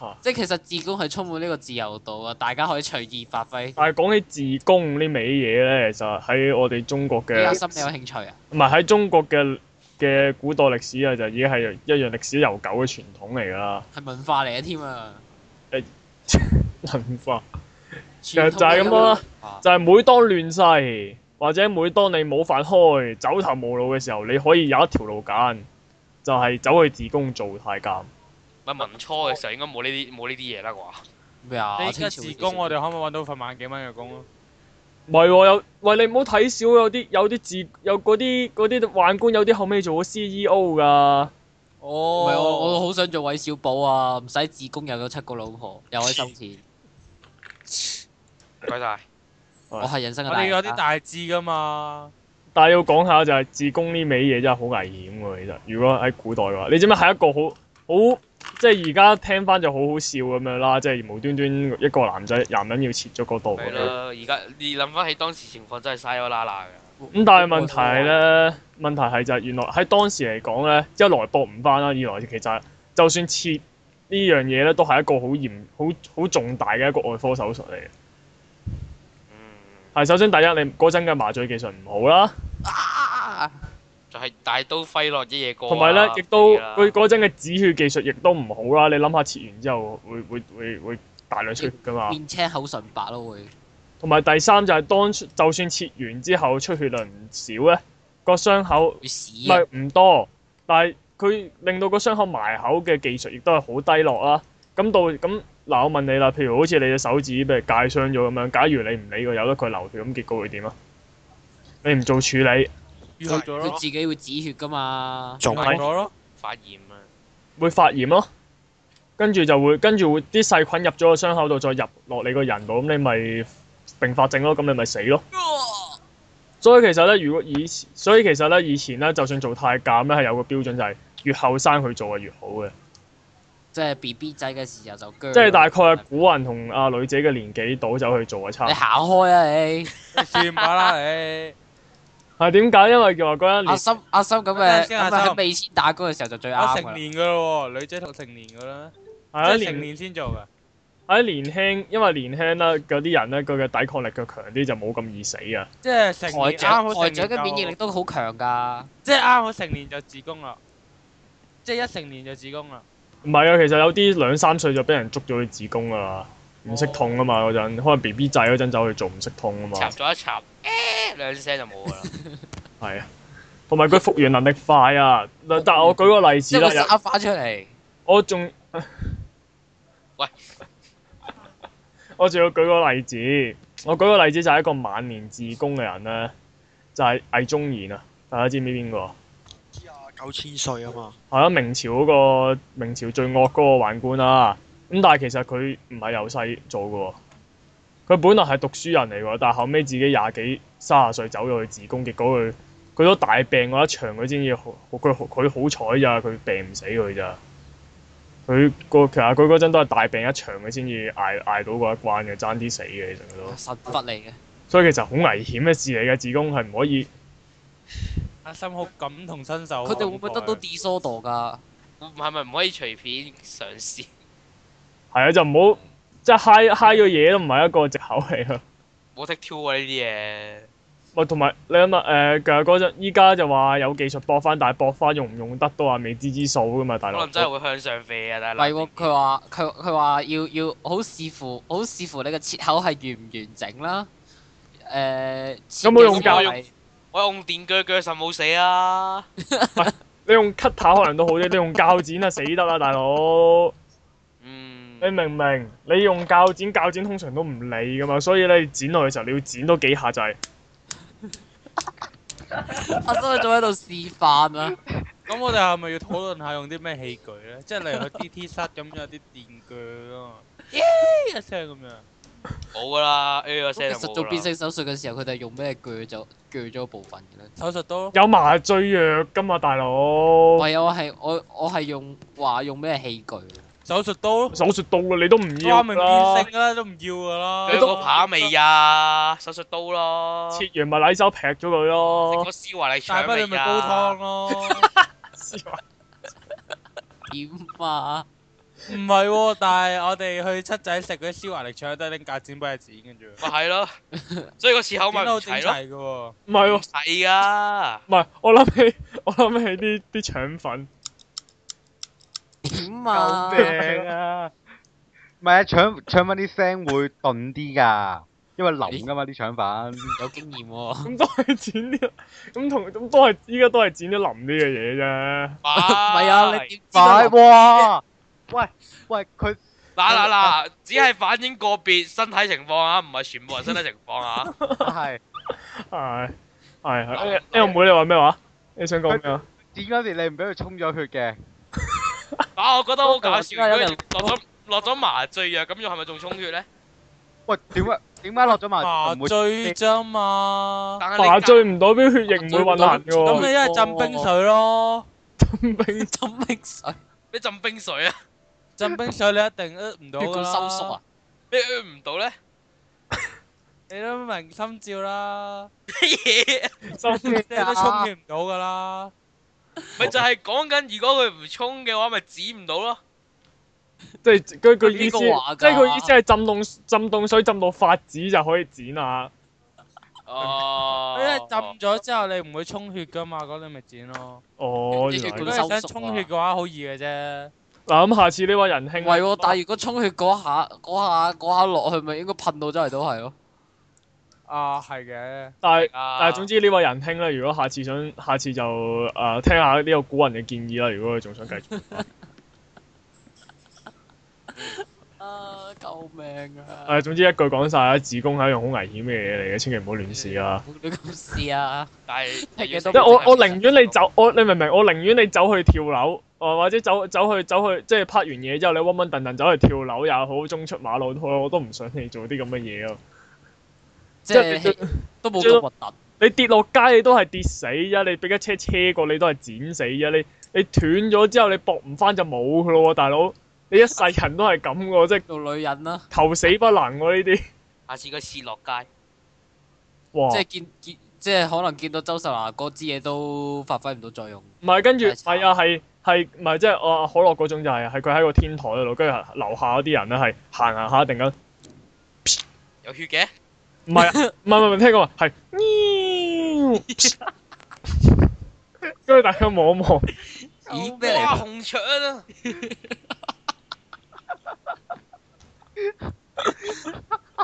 [SPEAKER 4] 嚇！
[SPEAKER 3] 即係其實自工係充滿呢個自由度啊，大家可以隨意發揮。
[SPEAKER 4] 但係講起自攻呢味嘢咧，其實喺我哋中國
[SPEAKER 3] 比較
[SPEAKER 4] 嘅
[SPEAKER 3] 深，你有興趣啊？
[SPEAKER 4] 唔係喺中國嘅嘅古代歷史啊，就已經係一樣歷史悠久嘅傳統嚟㗎啦。
[SPEAKER 3] 係文化嚟嘅添啊！
[SPEAKER 4] 文化
[SPEAKER 3] 就
[SPEAKER 4] 就係咁啦。啊就係每當亂世或者每當你冇飯開、走投無路嘅時候，你可以有一條路揀，就係、走去自宮做太監。
[SPEAKER 2] 咪
[SPEAKER 3] 啊
[SPEAKER 2] 文初嘅時候應該冇呢啲冇呢啲嘢啦啩？
[SPEAKER 3] 咩啊？
[SPEAKER 1] 你依家
[SPEAKER 3] 清朝
[SPEAKER 1] 自
[SPEAKER 3] 嘅
[SPEAKER 1] 工，
[SPEAKER 3] 時
[SPEAKER 1] 我哋可唔可以揾到份萬幾蚊嘅工啊？
[SPEAKER 4] 唔係喎，有喂你唔好睇少有啲有啲自有嗰啲嗰啲宦官有啲後尾做咗 CEO 㗎。
[SPEAKER 3] 唔
[SPEAKER 1] 哦
[SPEAKER 3] 係我我好想做韋小寶啊！唔使自宮又有七個老婆，又可以收 錢。
[SPEAKER 2] 唔該
[SPEAKER 4] 係
[SPEAKER 2] 晒。
[SPEAKER 3] 我係人生嘅
[SPEAKER 1] 我哋有啲
[SPEAKER 3] 大
[SPEAKER 1] 大志噶嘛，
[SPEAKER 4] 但係要講下就係自宮呢味嘢真係好危險喎，其實如果喺古代嘅話，你知唔知係一個好好即係而家聽翻就好好笑咁樣啦，即係無端端一個男仔男人要切咗個度
[SPEAKER 2] 係啦，而家你諗翻起當時情況真係嘥咗啦啦嘅。
[SPEAKER 4] 咁但係問題係咧，問題係就係原來喺當時嚟講咧，一來搏唔翻啦，二來其實就算切呢樣嘢咧，都係一個好嚴、好好重大嘅一個外科手術嚟嘅。
[SPEAKER 2] 嗯，
[SPEAKER 4] 係首先第一，你嗰陣嘅麻醉技術唔好啦，
[SPEAKER 3] 啊！
[SPEAKER 2] 就係大刀揮落一夜過啊。
[SPEAKER 4] 同埋咧亦都
[SPEAKER 2] 嗰啲啦
[SPEAKER 4] 佢嗰陣嘅止血技術亦都唔好啦。你諗下切完之後會會會會大量出血㗎嘛？
[SPEAKER 3] 面青口唇白咯會。
[SPEAKER 4] 同埋第三就係當就算切完之後出血量唔少咧，個傷口
[SPEAKER 3] 會屎
[SPEAKER 4] 唔
[SPEAKER 3] 啊！
[SPEAKER 4] 係唔多，但係佢令到個傷口埋口嘅技術亦都係好低落啦。咁到咁嗱，我問你啦，譬如好似你隻手指俾人界傷咗咁樣，假如你唔理佢，由得佢流血，咁結果會點啊？你唔做處理，
[SPEAKER 1] 淤血咗
[SPEAKER 3] 佢
[SPEAKER 1] 咯，
[SPEAKER 3] 自己會止血 噶嘛？
[SPEAKER 6] 仲
[SPEAKER 1] 淤血咗咯，
[SPEAKER 2] 發炎啊，
[SPEAKER 4] 會發炎咯，跟住就會跟住會啲細菌入咗個傷口度，再入落你個人度，咁你咪並發症咯，咁你咪死咯。所以其實咧，如果以前，所以其實咧，以前咧，就算做太監咧，係有個標準就係、越後生去做係越好
[SPEAKER 1] 嗯
[SPEAKER 4] 嘅。
[SPEAKER 3] 即係 B B 仔嘅時候就鋸。
[SPEAKER 4] 即係大概係古人同阿女仔嘅年紀到走去做嘅差
[SPEAKER 1] 嗯
[SPEAKER 4] 唔
[SPEAKER 3] 你
[SPEAKER 4] 多。
[SPEAKER 3] 行開啊你！
[SPEAKER 1] 算把啦你。
[SPEAKER 4] 係點解？因為佢話嗰一
[SPEAKER 3] 阿
[SPEAKER 4] 年
[SPEAKER 3] 心阿心咁
[SPEAKER 1] 等陣
[SPEAKER 3] 嘅
[SPEAKER 1] 先阿
[SPEAKER 3] 咁
[SPEAKER 1] 心
[SPEAKER 3] 喺未先打工嘅時候就最
[SPEAKER 1] 我
[SPEAKER 3] 啱
[SPEAKER 1] 成
[SPEAKER 3] 噶啦。
[SPEAKER 1] 年噶咯喎，女仔讀成年噶啦，
[SPEAKER 4] 係
[SPEAKER 1] 啊即
[SPEAKER 4] 一
[SPEAKER 1] 係成
[SPEAKER 4] 年
[SPEAKER 1] 年先做噶。
[SPEAKER 4] 係一年輕，因為年輕啦，嗰啲人咧佢嘅抵抗力嘅強啲，就冇咁易死啊。
[SPEAKER 1] 即係成
[SPEAKER 3] 台
[SPEAKER 1] 年啱
[SPEAKER 3] 長
[SPEAKER 1] 好
[SPEAKER 3] 台
[SPEAKER 1] 成年
[SPEAKER 3] 長嘅免疫力
[SPEAKER 1] 就，
[SPEAKER 3] 都好強㗎。
[SPEAKER 1] 即係啱好成年就子宮啦，即係一成年就子宮啦。
[SPEAKER 4] 唔係啊，其實有啲兩三歲就俾人捉咗去子宮噶啦，唔識痛啊嘛嗰陣，可能 B B 仔嗰陣走去做唔識痛啊
[SPEAKER 2] 插
[SPEAKER 4] 嘛，
[SPEAKER 2] 咗一插，誒兩聲就 冇噶啦。
[SPEAKER 4] 係啊。同埋佢復原能力快啊！嗱但係我舉個例
[SPEAKER 3] 即係
[SPEAKER 4] 子啦
[SPEAKER 3] 會，
[SPEAKER 4] 有
[SPEAKER 3] 生翻出嚟。
[SPEAKER 4] 我仲
[SPEAKER 2] 喂，
[SPEAKER 4] 我仲要舉個例子，我舉個例子就係一個晚年自宮嘅人咧，就係、魏忠賢啊，大家知唔知邊個啊？
[SPEAKER 6] 九千歲啊嘛，
[SPEAKER 4] 係啊，明朝嗰、個明朝最惡嗰個宦官啦。咁但係其實佢唔係由細做嘅喎，佢本來係讀書人嚟喎，但係後尾自己廿幾三十歲走咗去自宮，結果佢佢都大病嗰一場，佢先至好佢佢好彩咋，佢病唔死佢咋。佢個其實佢嗰陣都係大病一場，佢先至捱捱到嗰一關嘅，爭啲死嘅其實佢都。
[SPEAKER 3] 神佛嚟嘅，
[SPEAKER 4] 所以其實好危險嘅事嚟嘅，子宮係唔可以。
[SPEAKER 1] 阿心好感同身受。
[SPEAKER 3] 佢哋會唔會得
[SPEAKER 1] 感
[SPEAKER 3] 到
[SPEAKER 1] 慨
[SPEAKER 3] disorder 㗎？
[SPEAKER 2] 係咪唔可以隨便嘗試？
[SPEAKER 4] 係啊，就唔好即係嗨嗨咗嘢都唔係一個藉口嚟啊。
[SPEAKER 2] 冇 take two 啊呢啲嘢。
[SPEAKER 4] 喂，同埋你諗下誒，呃其實嗰陣依家就話有技術駁翻，但係駁翻用唔用得都話未知之數噶嘛，大
[SPEAKER 2] 可
[SPEAKER 4] 佬。
[SPEAKER 2] 能真係會向上飛啊，大
[SPEAKER 3] 唔
[SPEAKER 2] 佬。
[SPEAKER 3] 係喎，佢話佢佢話要要好視乎好視乎你嘅切口係完唔完整啦。誒、切
[SPEAKER 4] 有冇
[SPEAKER 3] 嘅
[SPEAKER 4] 用
[SPEAKER 3] 時候
[SPEAKER 2] 膠
[SPEAKER 3] 係
[SPEAKER 2] 我用電鋸鋸實冇死啊！
[SPEAKER 4] 你用 cutter 可能都好啲，你用鉸剪啊死得啦，大佬！
[SPEAKER 2] 嗯，
[SPEAKER 4] 你明唔明？你用鉸剪，鉸剪通常都唔理噶嘛，所以咧剪落去嘅時候你要剪多幾下就係、
[SPEAKER 3] 阿生佢仲喺度示範啊！
[SPEAKER 1] 咁我哋係咪要討論下用啲咩器具咧？即係例如去 D T 室咁有啲電鋸啊嘛，耶一聲咁樣。
[SPEAKER 2] 冇噶啦，A 個
[SPEAKER 3] 其
[SPEAKER 2] 聲就
[SPEAKER 3] 實
[SPEAKER 2] 冇
[SPEAKER 3] 做變
[SPEAKER 2] 㗎
[SPEAKER 3] 性
[SPEAKER 2] 啦。
[SPEAKER 3] 手術嘅時候，佢哋係用咩鋸咗鋸咗部分嘅咧？
[SPEAKER 1] 手術刀咯，
[SPEAKER 4] 有麻醉藥噶嘛，大佬。
[SPEAKER 3] 唯有係啊我我係用話用咩器具？啊
[SPEAKER 1] 手術刀咯，
[SPEAKER 4] 手術刀啊，你都唔要
[SPEAKER 1] 話明
[SPEAKER 4] 啦
[SPEAKER 1] 變。性啦，都唔要噶啦。
[SPEAKER 2] 佢個扒未呀？手術刀咯。食
[SPEAKER 4] 切完咪攋手劈咗佢咯
[SPEAKER 2] 個。絲話你
[SPEAKER 1] 大
[SPEAKER 2] 腸
[SPEAKER 1] 不
[SPEAKER 2] 未啊
[SPEAKER 1] 你咪煲
[SPEAKER 2] 呀
[SPEAKER 1] 湯？咯。
[SPEAKER 3] 點啊？
[SPEAKER 1] 唔係喎，但係我哋去七仔食嗰啲燒鴨力腸都係拎格剪俾佢剪嘅啫喎，
[SPEAKER 2] 咪係咯，所以個切口咪
[SPEAKER 1] 剪得
[SPEAKER 2] 唔
[SPEAKER 1] 好整
[SPEAKER 2] 齊咯，
[SPEAKER 1] 齊嘅喎。
[SPEAKER 4] 唔係喎，
[SPEAKER 2] 係啊噶，
[SPEAKER 4] 唔係我諗起我諗起啲啲腸粉，
[SPEAKER 3] 點啊？
[SPEAKER 5] 病啊！唔係啊，腸腸粉啲聲會鈍啲㗎，因為腍㗎嘛啲腸粉。
[SPEAKER 3] 有經驗喎，
[SPEAKER 4] 咁都係剪啲，咁同咁都係依家都係剪啲腍啲嘅嘢啫。
[SPEAKER 2] 唔
[SPEAKER 3] 唔係啊，你點知
[SPEAKER 5] 快
[SPEAKER 3] 道
[SPEAKER 5] 哇！喂喂，佢
[SPEAKER 2] 嗱嗱嗱，只係反映個別身體情況啊，唔係全部人身體情況啊。
[SPEAKER 5] 係
[SPEAKER 4] 係係
[SPEAKER 3] 啊
[SPEAKER 2] 嗱
[SPEAKER 4] 係。L 哎妹你話咩話？你想講咩啊？
[SPEAKER 5] 點嗰時你唔俾佢沖咗血嘅？
[SPEAKER 2] 啊，我覺得好搞
[SPEAKER 3] 嗰
[SPEAKER 2] 笑，
[SPEAKER 3] 個
[SPEAKER 2] 如
[SPEAKER 3] 有
[SPEAKER 2] 果
[SPEAKER 3] 人
[SPEAKER 2] 落咗落咗麻醉藥，咁仲係咪仲充血咧？
[SPEAKER 5] 喂，點解點解落咗麻
[SPEAKER 1] 麻
[SPEAKER 5] 啊唔會
[SPEAKER 1] 啊醉啫嘛，
[SPEAKER 3] 啊
[SPEAKER 2] 但係你
[SPEAKER 4] 麻醉唔代表血液唔會運行嘅
[SPEAKER 1] 咁
[SPEAKER 4] 喎。
[SPEAKER 1] 你一係浸冰水咯，
[SPEAKER 4] 咁冰
[SPEAKER 3] 浸冰水，
[SPEAKER 2] 你浸冰水啊，
[SPEAKER 1] 浸冰水你一定呃唔到
[SPEAKER 3] 血
[SPEAKER 1] 㗎
[SPEAKER 3] 管
[SPEAKER 1] 啦。
[SPEAKER 3] 收縮啊！
[SPEAKER 2] 你呃唔到咧？
[SPEAKER 1] 你都明心照啦，
[SPEAKER 2] 乜 嘢？
[SPEAKER 4] 心
[SPEAKER 1] 你都充血唔到㗎啦。
[SPEAKER 2] 咪就係講緊，如果佢唔充嘅話，咪止唔到咯。
[SPEAKER 4] 即係佢佢意思，
[SPEAKER 3] 邊個話㗎
[SPEAKER 4] 即係佢意思係浸凍浸凍水浸到發紫就可以剪啊！
[SPEAKER 2] 哦，
[SPEAKER 1] 因為哎浸咗之後你唔會充血㗎嘛，咁你咪剪咯。
[SPEAKER 4] 哦，
[SPEAKER 3] 你
[SPEAKER 4] 原
[SPEAKER 3] 血
[SPEAKER 1] 如
[SPEAKER 4] 來
[SPEAKER 1] 果
[SPEAKER 3] 管
[SPEAKER 1] 你想充血嘅話，好易嘅啫。
[SPEAKER 4] 嗱咁，下次呢位仁兄
[SPEAKER 3] 唔係喎，但係如果充血嗰下、嗰下、嗰下落去，咪應該噴到周圍都係咯。
[SPEAKER 1] 啊，係嘅。
[SPEAKER 4] 但係但
[SPEAKER 2] 啊
[SPEAKER 4] 係總之呢位仁兄咧，如果下次想下次就誒、呃、聽下呢個古人嘅建議啦。如果佢仲想繼續，
[SPEAKER 3] 啊！救命啊！
[SPEAKER 4] 誒總之一句講晒啦，子宮係一樣好危險嘅嘢嚟嘅，千祈唔好亂試啊！
[SPEAKER 3] 你咁事 啊？
[SPEAKER 2] 但係
[SPEAKER 3] 係嘅
[SPEAKER 2] 要
[SPEAKER 3] 都
[SPEAKER 4] 即係我我寧
[SPEAKER 2] 寧
[SPEAKER 4] 願你走，我你明唔明？我寧願你走去跳樓，呃或者走走去走去，即係拍完嘢之後你温温頓頓走去跳樓也好，中出馬路都好，我都唔想你做啲咁嘅嘢啊！
[SPEAKER 3] 即係都冇咁核突。
[SPEAKER 4] 你跌落街你都係跌死啫，你俾架車車過你都係剪死啫，你你斷咗之後你搏唔翻就冇噶咯喎，大佬，你一世人都係咁噶，即係
[SPEAKER 3] 做女人啦，
[SPEAKER 4] 求死不能喎呢啲，
[SPEAKER 2] 下次佢試落街，
[SPEAKER 4] 哇！
[SPEAKER 3] 即係見見，即係可能見到周秀娜嗰支嘢都發揮唔到作用。
[SPEAKER 4] 唔係跟住
[SPEAKER 3] 太慘
[SPEAKER 4] 係啊係係唔係即係我可樂嗰種就係係佢喺個天台嗰度，跟住樓下嗰啲人咧係行行下突然間
[SPEAKER 2] 有血嘅，
[SPEAKER 4] 唔 係啊唔係唔係唔係聽過係喵，跟住大家望一望，
[SPEAKER 3] 咦咩嚟
[SPEAKER 2] 哇
[SPEAKER 3] 㗎？
[SPEAKER 2] 紅腸啊！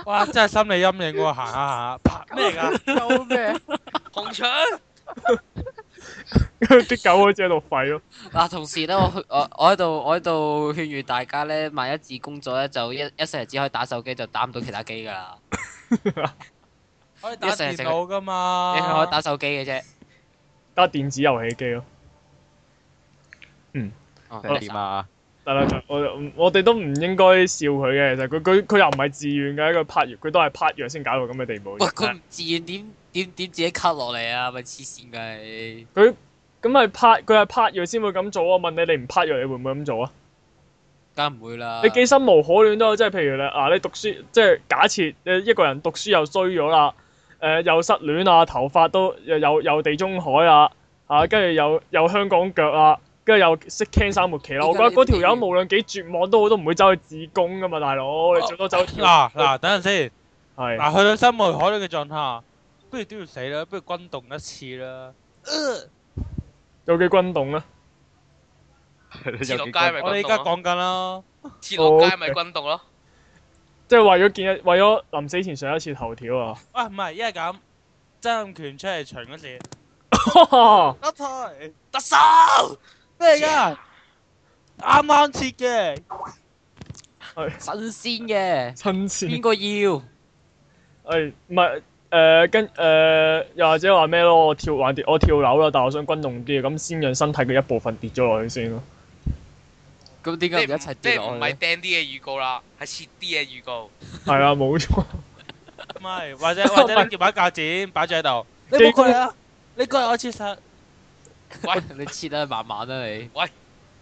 [SPEAKER 1] 哇，真係心理陰影喎，行下行下，啪咩嚟㗎？
[SPEAKER 5] 救 咩？
[SPEAKER 2] 紅腸，
[SPEAKER 4] 跟住啲狗好似喺度吠咯，
[SPEAKER 3] 嗱，同時咧，我去我我喺度我喺度勸喻大家咧，萬一自工咗咧，就一一世人只可以打手機，就打唔到其他機噶啦。
[SPEAKER 1] 可以打電腦啊㗎嘛？
[SPEAKER 3] 你係可以打手機嘅啫。
[SPEAKER 4] 打電子遊戲機咯。
[SPEAKER 3] 哦
[SPEAKER 5] 成點啊？
[SPEAKER 4] 得啦，就我我哋都唔應該笑佢嘅，其實佢佢佢又唔係自願嘅，佢拍藥佢都係拍藥先搞到咁嘅地步。
[SPEAKER 3] 喂，佢唔自願點點點自己 cut 落嚟啊？咪黐線㗎你！
[SPEAKER 4] 咁係拍佢係拍藥先會咁做啊！我問你，你唔拍藥你會唔會咁做啊？
[SPEAKER 3] 梗唔會啦。
[SPEAKER 4] 你幾生無可戀都好，即係譬如你啊，你讀書即係假設你一個人讀書又衰咗啦，誒、又失戀啊，頭髮都又又又地中海啊，啊跟住又又香港腳啊，跟住又識 can 生活期啦。我覺得嗰條友無論幾絕望都好，都唔會走去自宮噶嘛，大佬，你最多走去跳
[SPEAKER 1] 嗱嗱，等陣先。
[SPEAKER 4] 係。
[SPEAKER 1] 嗱，去到生無可戀嘅狀態下，不如都要死啦，不如轟動一次啦。
[SPEAKER 4] 有幾轟動咧？
[SPEAKER 5] 有
[SPEAKER 2] 切落
[SPEAKER 5] 幾
[SPEAKER 2] 街
[SPEAKER 5] 個
[SPEAKER 2] 咪
[SPEAKER 1] 我哋
[SPEAKER 2] 轟
[SPEAKER 1] 依家
[SPEAKER 2] 動咯，
[SPEAKER 1] 講緊啦，
[SPEAKER 2] 切落街咪轟動咯。
[SPEAKER 4] 即係為咗見一，為咗臨死前上一次頭條啊！
[SPEAKER 1] 啊唔係，因為咁，曾蔭權出嚟巡嗰時，甩台
[SPEAKER 2] 特首
[SPEAKER 1] 咩嚟㗎？啱啱切嘅，
[SPEAKER 3] 新鮮嘅，
[SPEAKER 4] 親 切。
[SPEAKER 3] 邊個要？
[SPEAKER 4] 誒哎唔係誒跟誒、呃又或者話咩咯？我跳還跌，我跳樓啦，但我想轟動啲，咁先讓身體嘅一部分跌咗落去先咯。
[SPEAKER 3] 咁點
[SPEAKER 2] 即
[SPEAKER 3] 解唔
[SPEAKER 2] 係
[SPEAKER 3] 一
[SPEAKER 2] 唔
[SPEAKER 3] 齊
[SPEAKER 2] 即
[SPEAKER 3] 跌
[SPEAKER 2] 係
[SPEAKER 3] 落
[SPEAKER 2] 唔
[SPEAKER 3] 去
[SPEAKER 2] 係
[SPEAKER 3] 咧？
[SPEAKER 2] 掟啲嘅預告啦，係切啲嘅預告。
[SPEAKER 4] 係啊，冇錯。
[SPEAKER 1] 唔係，或者或者你夾把鉸剪擺住喺度，你
[SPEAKER 4] 幾
[SPEAKER 1] 冇過嚟啊？你過嚟我切實。
[SPEAKER 3] 你切得慢慢啦你。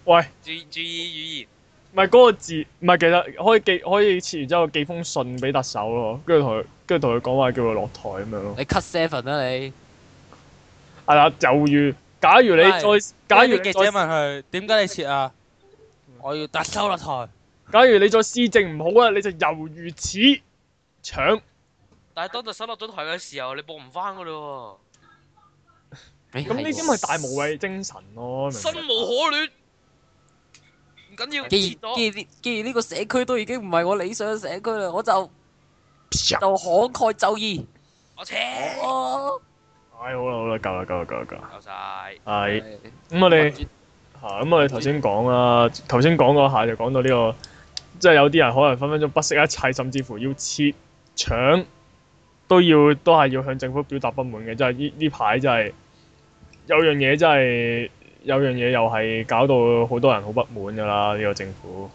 [SPEAKER 4] 喂，
[SPEAKER 2] 注注意語言，
[SPEAKER 4] 唔係嗰個字，唔係其實可以寄可以切完之後寄封信俾特首咯，跟住同佢跟住同佢講話叫佢落台咁樣咯。
[SPEAKER 3] 你 cut seven 啦你。
[SPEAKER 4] 係啦，就如假如你
[SPEAKER 1] 喂
[SPEAKER 4] 再假
[SPEAKER 1] 跟
[SPEAKER 4] 如你
[SPEAKER 1] 住記
[SPEAKER 4] 再
[SPEAKER 1] 者問佢點解你切啊？我要特首落台。
[SPEAKER 4] 假如你再施政唔好啊，你就猶如此搶。
[SPEAKER 2] 但係當特首落咗台嘅時候，你報唔翻噶咯
[SPEAKER 4] 咁呢啲咪大無畏精神咯。
[SPEAKER 2] 喎，
[SPEAKER 4] 明
[SPEAKER 2] 生
[SPEAKER 4] 白
[SPEAKER 2] 無可戀。唔緊要，
[SPEAKER 3] 既
[SPEAKER 2] 切
[SPEAKER 3] 然
[SPEAKER 2] 咗
[SPEAKER 3] 既然既然呢個社區都已經唔係我理想嘅社區啦，我就就慷慨就義。
[SPEAKER 2] 我扯，
[SPEAKER 3] 哦
[SPEAKER 4] 唉，好啦好啦，夠啦夠啦夠啦夠啦。
[SPEAKER 2] 夠晒。
[SPEAKER 4] 係，咁我哋嚇，咁我哋頭先講啦，頭先講嗰下就講到呢、個，即係有啲人可能分分鐘不惜一切，甚至乎要切搶，都要都係要向政府表達不滿嘅。即係呢呢排真係有樣嘢真係有樣嘢又係搞到好多人好不滿㗎啦，呢、個政府。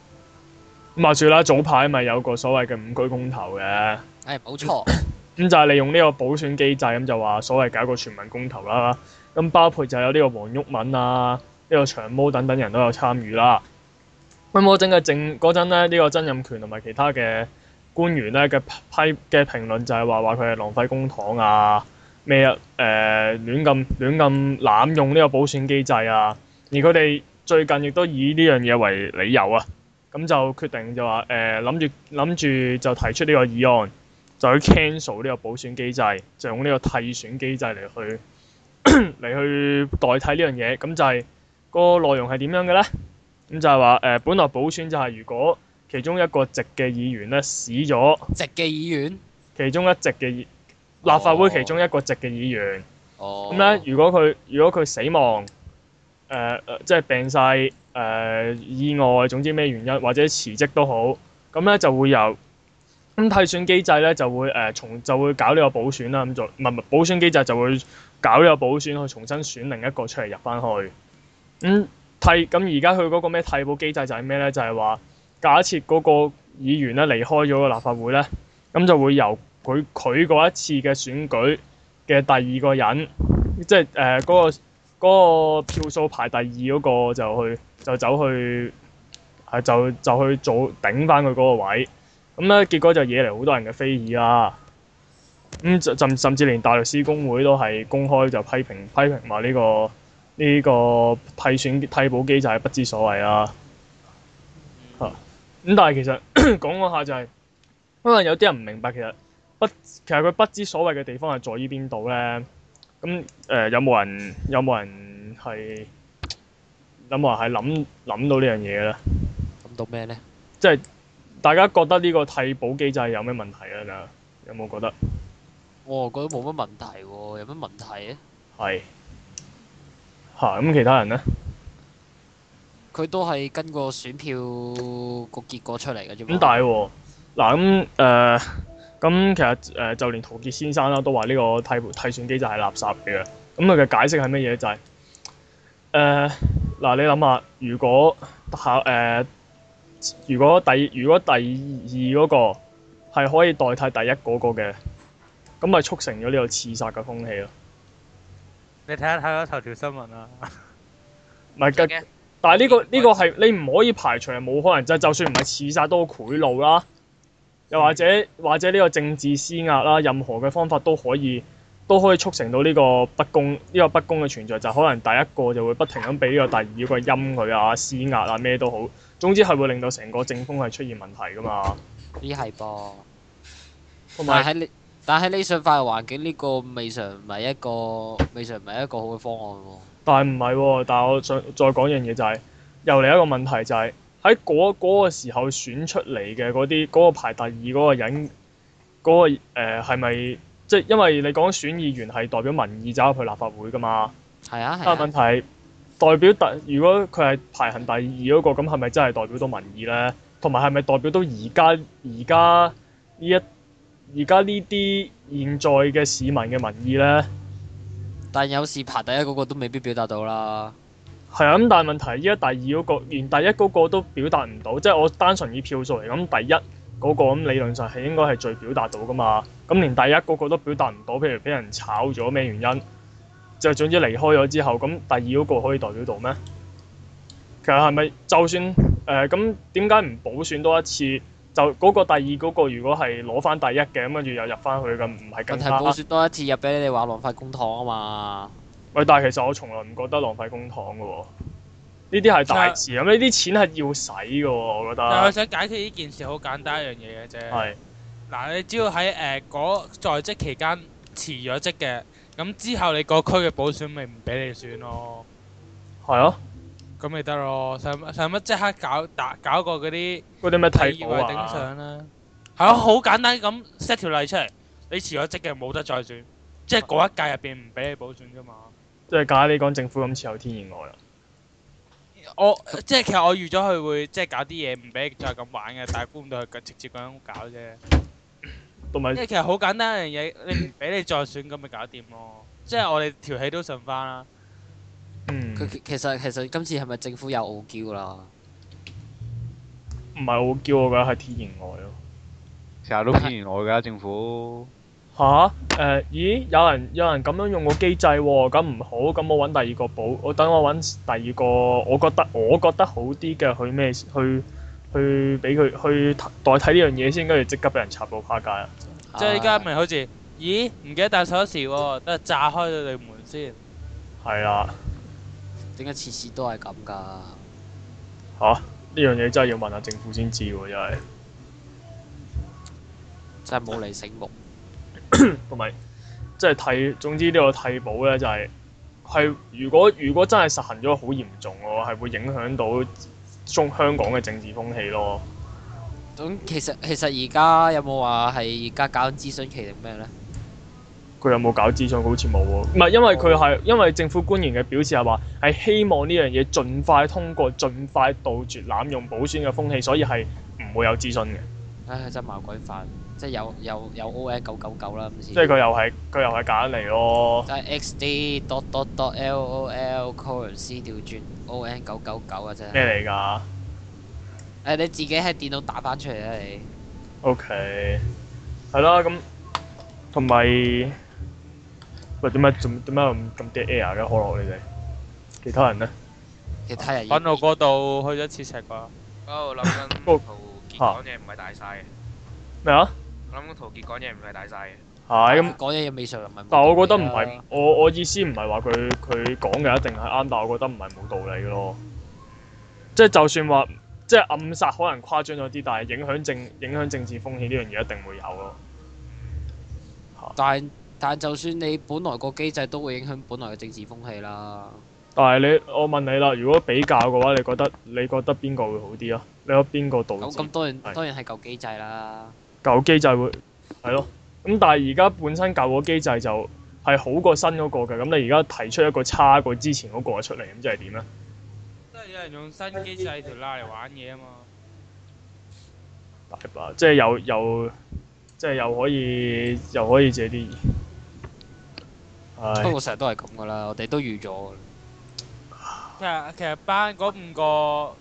[SPEAKER 4] 咁話説啦，早排咪有個所謂嘅五區公投嘅。
[SPEAKER 3] 誒冇錯，
[SPEAKER 4] 咁就係利用呢個補選機制，咁就話所謂搞個全民公投啦。咁包括就有呢個黃毓民啊、呢、個長毛等等人都有參與啦。咁嗰陣嘅政嗰陣咧，呢、個曾蔭權同埋其他嘅官員咧嘅批嘅評論就係話話佢係浪費公帑啊，咩啊誒亂咁亂咁濫用呢個補選機制啊。而佢哋最近亦都以呢樣嘢為理由啊，咁就決定就話誒諗住諗住就提出呢個議案。就去 cancel 呢個補選機制，就用呢個替選機制嚟去嚟去代替呢樣嘢。咁就係、個內容係點樣嘅咧？咁就係話誒，本來補選就係如果其中一個席嘅議員咧使咗
[SPEAKER 3] 直嘅議院。
[SPEAKER 4] 其中一席嘅議立法會其中一個席嘅議員，
[SPEAKER 3] 哦。
[SPEAKER 4] 咁咧、如果佢如果佢死亡，誒、誒即係病晒誒、意外，總之咩原因或者辭職都好，咁咧就會由咁替選機制咧就會誒、呃重就會搞呢個補選啦，咁就唔係唔係補選機制就會搞呢個補選去重新選另一個出嚟入翻去。咁、替咁而家佢嗰個咩替補機制就係咩咧？就係、話假設嗰個議員咧離開咗個立法會咧，咁就會由佢佢嗰一次嘅選舉嘅第二個人，即係誒嗰個嗰個票數排第二嗰個就去就走去係就就去做頂翻佢嗰個位，咁咧結果就惹嚟好多人嘅非議啦。咁就甚甚至連大律師公會都係公開就批評批評話呢、個呢、個替選替補機制係不知所謂啦。嚇、咁但係其實 講嗰下就係、因為有啲人唔明白其實不其實佢不知所謂嘅地方係在於邊度咧？咁誒、呃有冇人有冇人係有冇人係諗諗到呢樣嘢嘅咧？
[SPEAKER 3] 諗到咩咧？
[SPEAKER 4] 即係大家覺得呢個替補機制有咩問題啊？嗱，有冇覺得
[SPEAKER 3] 我覺得冇乜問題喎，有乜問題咧？
[SPEAKER 4] 係嚇？咁、其他人咧？
[SPEAKER 3] 佢都係跟個選票個結果出嚟嘅啫嘛。
[SPEAKER 4] 咁但係喎，嗱咁誒，呃咁、其實誒、就連陶傑先生啦都話呢個替替選機制係垃圾嚟嘅。咁佢嘅解釋係乜嘢就係、誒、嗱，你諗下，如果考誒、如果第如果第二嗰個係可以代替第一嗰個嘅，咁咪促成咗呢個刺殺嘅風氣咯。
[SPEAKER 1] 你睇下睇咗頭條新聞啊，
[SPEAKER 4] 唔係嘅，但係呢、個呢、個係你唔可以排除係冇可能，就就算唔係刺殺都好賄賂啦，又或者或者呢個政治施壓啦，任何嘅方法都可以都可以促成到呢個不公呢、個不公嘅存在，就可能第一個就會不停咁俾呢個第二個陰佢啊、施壓啊咩都好，總之係會令到成個政風係出現問題噶嘛，
[SPEAKER 3] 呢係噃，
[SPEAKER 4] 同
[SPEAKER 3] 但
[SPEAKER 4] 埋
[SPEAKER 3] 係你但係理想化嘅環境呢個未嘗唔係一個未嘗唔係一個好嘅方案喎。
[SPEAKER 4] 但係唔係喎，但係我想再講樣嘢就係、又嚟一個問題就係喺嗰嗰個時候選出嚟嘅嗰啲嗰個排第二嗰個人嗰、個誒係咪即係因為你講選議員係代表民意走入去立法會噶嘛？
[SPEAKER 3] 係啊係
[SPEAKER 4] 但係
[SPEAKER 3] 啊，
[SPEAKER 4] 問題代表第如果佢係排行第二嗰、個，咁係咪真係代表到民意咧？同埋係咪代表到而家而家呢一而家呢啲現在嘅市民嘅民意咧？
[SPEAKER 3] 但有時排第一嗰個都未必表達到啦。
[SPEAKER 4] 係啊，咁但係問題依家第二嗰、個連第一嗰個都表達唔到，即係我單純以票數嚟咁，第一嗰個咁理論上係應該係最表達到噶嘛。咁連第一嗰個都表達唔到，譬如俾人炒咗咩原因，就總之離開咗之後，咁第二嗰個可以代表到咩？其實係咪就算誒咁點解唔補選多一次？就嗰個第二嗰個如果係攞翻第一嘅，咁跟住又入翻去咁，唔係
[SPEAKER 3] 問
[SPEAKER 4] 更
[SPEAKER 3] 題
[SPEAKER 4] 加
[SPEAKER 3] 補選多一次入俾你哋話浪費公帑啊嘛。
[SPEAKER 4] 喂，但係其實我從來唔覺得浪費公帑嘅喎。呢呢啲係大事咁，呢啲錢係要使嘅喎，我覺
[SPEAKER 1] 但係我
[SPEAKER 4] 得
[SPEAKER 1] 想解決呢件事好簡單一樣嘢嘅啫。
[SPEAKER 4] 係
[SPEAKER 1] 嗱，你只要喺誒嗰在職期間辭咗職嘅，咁之後你個區嘅補選咪唔俾你選咯，
[SPEAKER 4] 係啊，
[SPEAKER 1] 咁咪得咯，使乜使乜即刻搞打搞個嗰啲
[SPEAKER 4] 嗰啲咩替
[SPEAKER 1] 替以
[SPEAKER 4] 補
[SPEAKER 1] 為頂
[SPEAKER 4] 啊，
[SPEAKER 1] 上啦，係啊，好簡單咁 set 條例出嚟，你辭咗職嘅冇得再選，即係嗰一屆入邊唔俾你補選噶嘛。
[SPEAKER 4] 即係假你講政府今次有天然外啦，
[SPEAKER 1] 我即係其實我預咗佢會即係搞啲嘢唔俾你再咁玩嘅，但係估唔到佢直接咁樣搞啫。
[SPEAKER 4] 同埋
[SPEAKER 1] 即係其實好簡單一樣嘢，你唔俾你再選咁咪搞掂咯。即係我哋條氣都順翻啦。
[SPEAKER 4] 嗯
[SPEAKER 3] 佢其其實其實今次係咪政府有傲嬌啦？
[SPEAKER 4] 唔係好驕我覺得係天然外咯。
[SPEAKER 5] 成日都偏我㗎政府。
[SPEAKER 4] 吓？誒、咦？有人有人咁樣用個機制喎、咁唔好，咁我揾第二個補，我等我揾第二個，我覺得我覺得好啲嘅，去咩去去俾佢去代替呢樣嘢先，跟住即刻俾人插到趴街啊啦。
[SPEAKER 1] 即係依家
[SPEAKER 3] 唉
[SPEAKER 1] 咪好似，咦唔記得帶鎖匙喎，得炸開咗對門先。
[SPEAKER 4] 係啦，
[SPEAKER 3] 點解次次都係咁㗎？
[SPEAKER 4] 吓？啊呢樣嘢真係要問下政府先知喎，真係。
[SPEAKER 3] 真係冇你醒目。
[SPEAKER 4] 同埋即係替，總之呢個替補咧就係、係如果如果真係實行咗好嚴重喎，係會影響到中香港嘅政治風氣咯。
[SPEAKER 3] 咁其實其實而家有冇話係而家搞緊諮詢期定咩咧？
[SPEAKER 4] 佢有冇搞諮詢？好似冇喎。唔係因為佢係因為政府官員嘅表示係話係希望呢樣嘢盡快通過，盡快杜絕濫用補選嘅風氣，所以係唔會有諮詢嘅。
[SPEAKER 3] 唉，真係麻鬼煩，即係有有有 O L 九九九啦，咁先。
[SPEAKER 4] 即係佢又係佢又係揀嚟咯。
[SPEAKER 3] 就係 X D dot dot dot L O L colon C 調轉 O N 九九九啊真
[SPEAKER 4] 咩
[SPEAKER 3] 係。
[SPEAKER 4] 嚟㗎
[SPEAKER 3] 誒你自己喺電腦打翻出嚟啦啊你。
[SPEAKER 4] ？OK，係啦咁，同埋喂點解做點解咁咁 dead air 嘅可樂你哋？其他人咧？
[SPEAKER 3] 其他人
[SPEAKER 1] 揾
[SPEAKER 3] 要
[SPEAKER 4] 啊
[SPEAKER 1] 到嗰度去咗切石啩。
[SPEAKER 2] 我喺度諗
[SPEAKER 4] 哦
[SPEAKER 2] 緊陶傑講嘢唔係大晒嘅，
[SPEAKER 4] 咩啊？
[SPEAKER 2] 我諗緊陶傑講嘢唔係大晒嘅。
[SPEAKER 4] 係咁。
[SPEAKER 3] 啊講嘢嘢啊未上又唔係。
[SPEAKER 4] 但我覺得唔係，。我我意思唔係話佢佢講嘅一定係啱，但我覺得唔係冇道理咯。即係就算話，即係暗殺可能誇張咗啲，但係影響政影響政治風氣呢樣嘢一定會有咯。
[SPEAKER 3] 但係但就算你本來個機制都會影響本來嘅政治風氣啦。
[SPEAKER 4] 但係你我問你啦，如果比較嘅話，你覺得你覺得邊個會好啲啊？你覺得邊個導
[SPEAKER 3] 咁
[SPEAKER 4] 致
[SPEAKER 3] 咁當然
[SPEAKER 4] 係
[SPEAKER 3] 當然係舊機制啦。
[SPEAKER 4] 舊機制會係咯？咁但係而家本身舊個機制就係好過新嗰個嘅，咁你而家提出一個差過之前嗰個出嚟，咁即係點咧？
[SPEAKER 1] 即係有人用新機制條拉嚟玩嘢啊嘛。
[SPEAKER 4] 大把，即係又又即係又可以又可以借啲，
[SPEAKER 3] 不
[SPEAKER 4] 唉，
[SPEAKER 3] 過成日都係咁噶啦，我哋都預咗㗎啦。
[SPEAKER 1] 其實其實班嗰五個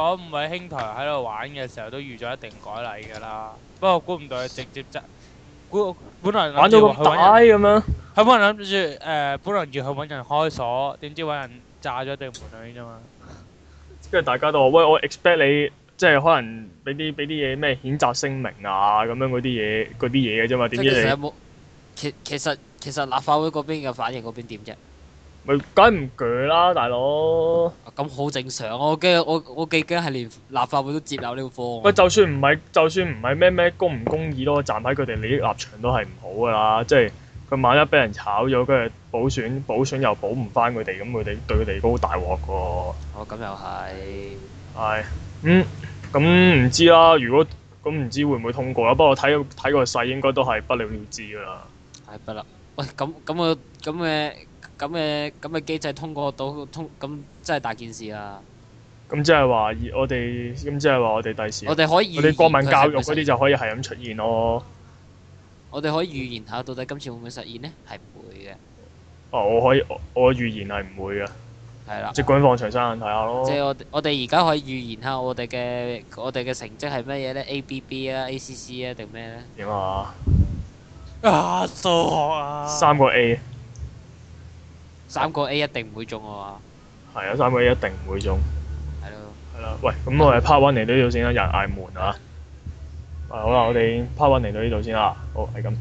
[SPEAKER 1] 嗰五位兄台喺度玩嘅時候都預咗一定改例㗎啦。不過估唔到佢直接執。估本來諗
[SPEAKER 4] 玩到
[SPEAKER 1] 住
[SPEAKER 4] 咁
[SPEAKER 1] 話佢搵人
[SPEAKER 4] 大咁樣，
[SPEAKER 1] 佢本來諗住誒，本來要去揾人開鎖，點知揾人炸咗對門啊女啫嘛。
[SPEAKER 4] 跟住大家都話喂，我 expect 你即係可能俾啲俾啲嘢咩譴責聲明啊咁樣嗰啲嘢嗰啲嘢嘅啫嘛，
[SPEAKER 3] 即係
[SPEAKER 4] 點
[SPEAKER 3] 其實有
[SPEAKER 4] 知
[SPEAKER 3] 冇？其其實其實立法會嗰邊嘅反應嗰邊點啫？
[SPEAKER 4] 你咪梗係唔鋸啦，大佬。
[SPEAKER 3] 啊咁好正常，我驚我我幾驚係連立法會都接納呢個方
[SPEAKER 4] 喂，
[SPEAKER 3] 案。
[SPEAKER 4] 就算唔係，就算唔係咩咩公唔公義咯，站喺佢哋利益立場都係唔好噶啦。即係佢萬一俾人炒咗，跟住補選補選又補唔翻佢哋，咁佢哋對佢哋都好大鑊噶喎。
[SPEAKER 3] 哦，咁又係。
[SPEAKER 4] 係，嗯，咁唔知啦。如果咁唔知會唔會通過啦？不過我睇睇個勢應該都係不了了之噶啦。
[SPEAKER 3] 係不啦。喂，咁咁嘅咁嘅咁嘅咁嘅機制通過到通，咁真係大件事啦。
[SPEAKER 4] 咁即係話以，我哋咁即係話，我哋第時
[SPEAKER 3] 我哋可以
[SPEAKER 4] 我哋國民教育
[SPEAKER 3] 預
[SPEAKER 4] 嗰啲
[SPEAKER 3] 言佢係咪實現，
[SPEAKER 4] 就可以係咁出現咯。
[SPEAKER 3] 我哋可以預言下到底今次會唔會實現呢？係唔會嘅，
[SPEAKER 4] 哦，我可以我我預言係唔會嘅，
[SPEAKER 3] 啊係啦。
[SPEAKER 4] 即管放長雙眼睇下
[SPEAKER 3] 即係
[SPEAKER 4] 咯。
[SPEAKER 3] 我哋我哋而家可以預言下我哋嘅我哋嘅成績係乜嘢呢 a B B 啊，ACC 啊定咩呢？
[SPEAKER 4] 點啊？
[SPEAKER 1] 啊，數學啊！
[SPEAKER 4] 三個 A
[SPEAKER 3] 三個 A 一定唔會中啊
[SPEAKER 4] 係啊，三個 A 一定唔會中。
[SPEAKER 3] 嘛，係咯。
[SPEAKER 4] 係啦，喂，咁我哋 part one 嚟到呢度先啦，有人嗌門啊。啊，好啦，我哋 part one 嚟到呢度先啦。好，係咁。